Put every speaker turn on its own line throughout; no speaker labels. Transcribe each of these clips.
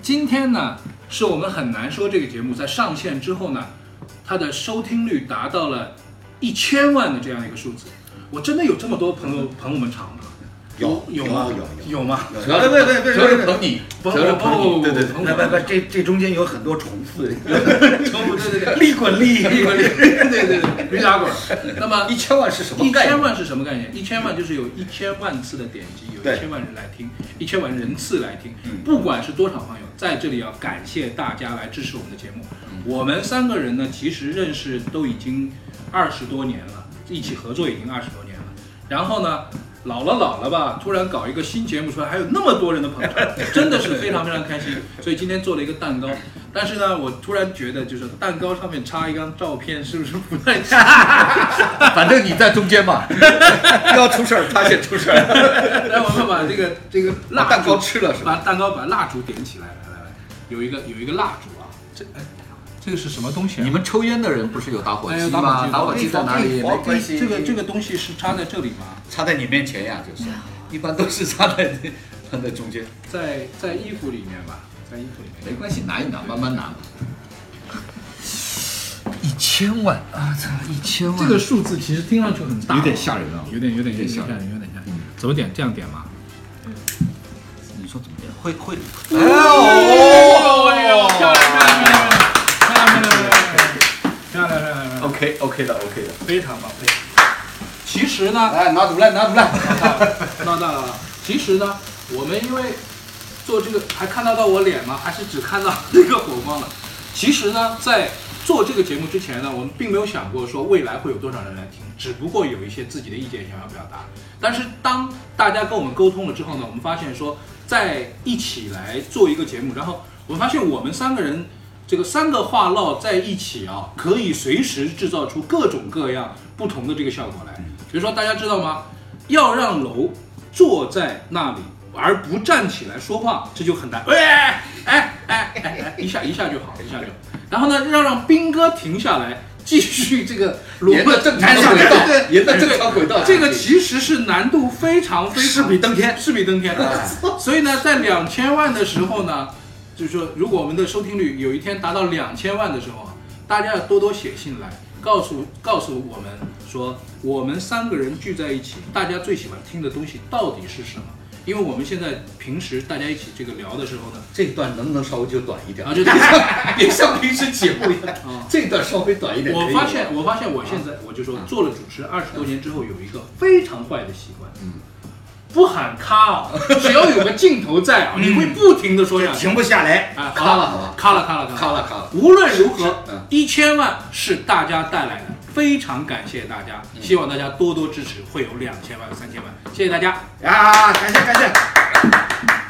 今天呢，是我们很难说这个节目在上线之后呢，它的收听率达到了一千万的这样一个数字。我真的有这么多朋友捧我们场吗？
有
有
有
吗？
有
有吗？
有啊
主要是
别别别
主要
别
是捧你，主
不
要是捧
不
你，
不
对对对
不
不不不，这这中间有很多重复的，
不对对对，
利滚利，
立滚立，对对对，驴打滚。那么
一千万是什么
一
概念
千？万是什么概念？一千万就是有一千万次的点击，有
对
一千万人来听，一千万人次来听
嗯。
不管是多少网友，在这里要感谢大家来支持我们的节目。
嗯
我们三个人呢，其实认识都已经二十多年了，一起合作已经二十多年了。然后呢，老了老了吧，突然搞一个新节目出来，还有那么多人的 捧场，真的是非常非常开心。所以今天做了一个蛋糕，但是呢，我突然觉得就是蛋糕上面插一张照片是不是不太恰
反正你在中间嘛，
要出事儿，他先出事儿。
当？来，我们把这个这个蜡烛
把蛋糕吃了是吧？
把蛋糕把蜡烛点起来，来来来，有一个有一个蜡烛啊，这哎这个是什么东西啊？
你们抽烟的人不是有打火
哎
机
有打火
吗？
机
打火机在哪里？
防
没
防关系
这个这个东西是插在这里吗？
插在你面前呀，就是，一般都是插在插在中间。
在在衣服里面吧，在衣服里面。
没关系，拿一拿，慢慢拿。一千万啊！操，一千万！
这个数字其实听上去很大，
有点吓人啊
有点有点
有点吓
吓
人
人，有点吓人。怎么点？这样点吗？
你说怎么样？会会。
哎呦
哎呦，漂亮漂亮漂亮漂亮漂亮漂亮漂亮漂亮漂亮漂亮，
，OK OK 的 OK 的，
非常棒，非常棒。其实呢，
来拿出来拿出来。
闹大了。其实呢，我们因为做这个还看得到我脸吗？还是只看到那个火光了？其实呢，在做这个节目之前呢，我们并没有想过说未来会有多少人来听，只不过有一些自己的意见想要表达。但是当大家跟我们沟通了之后呢，我们发现说在一起来做一个节目，然后我们发现我们三个人。这个三个话唠在一起啊，可以随时制造出各种各样不同的这个效果来。比如说，大家知道吗？要让楼坐在那里而不站起来说话，这就很难。喂，哎哎哎哎，一下一下就好，一下就好。然后呢，要让兵哥停下来，继续这个萝
沿
卜
着正常的轨道，沿着正常轨道。
这个其实是难度非常非常
是比登天哎
是比登天。 所以呢，在两千万的时候呢，就是说，如果我们的收听率有一天达到两千万的时候啊，大家要多多写信来，告诉告诉我们说，我们三个人聚在一起，大家最喜欢听的东西到底是什么？因为我们现在平时大家一起这个聊的时候呢，
这段能不能稍微就短一点
然？后就
别像平时节目一样
啊，
这段稍微短一点。
我
可以啊
发现，我发现我现在我就说，做了主持二十多年之后，有一个非常坏的习惯，嗯，不喊咔哦，只要有个镜头在啊，你会不停的说下去，
嗯停不下来
哎，，
咔
好
了好吧，
咔了，咔了，
咔了咔了。
无论如何
是嗯，
一千万是大家带来的，非常感谢大家，
嗯
希望大家多多支持，会有两千万、三千万，谢谢大家。
啊，感谢感谢。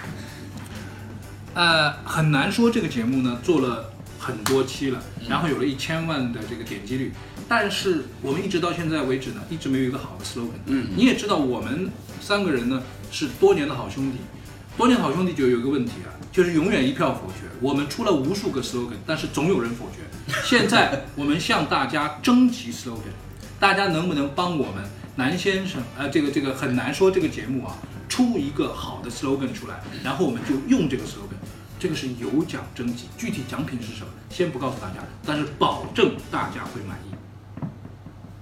呃，很难说这个节目呢做了很多期了，然后有了一千万的这个点击率，但是我们一直到现在为止呢，一直没有一个好的 slogan。
嗯
你也知道我们三个人呢是多年的好兄弟，多年好兄弟就有一个问题啊，就是永远一票否决。我们出了无数个 slogan，但是总有人否决。现在我们向大家征集 slogan，大家能不能帮我们南先生？呃，这个这个很难说这个节目啊，出一个好的 slogan 出来，然后我们就用这个 slogan。这个是有奖征集，具体奖品是什么，先不告诉大家，但是保证大家会满意。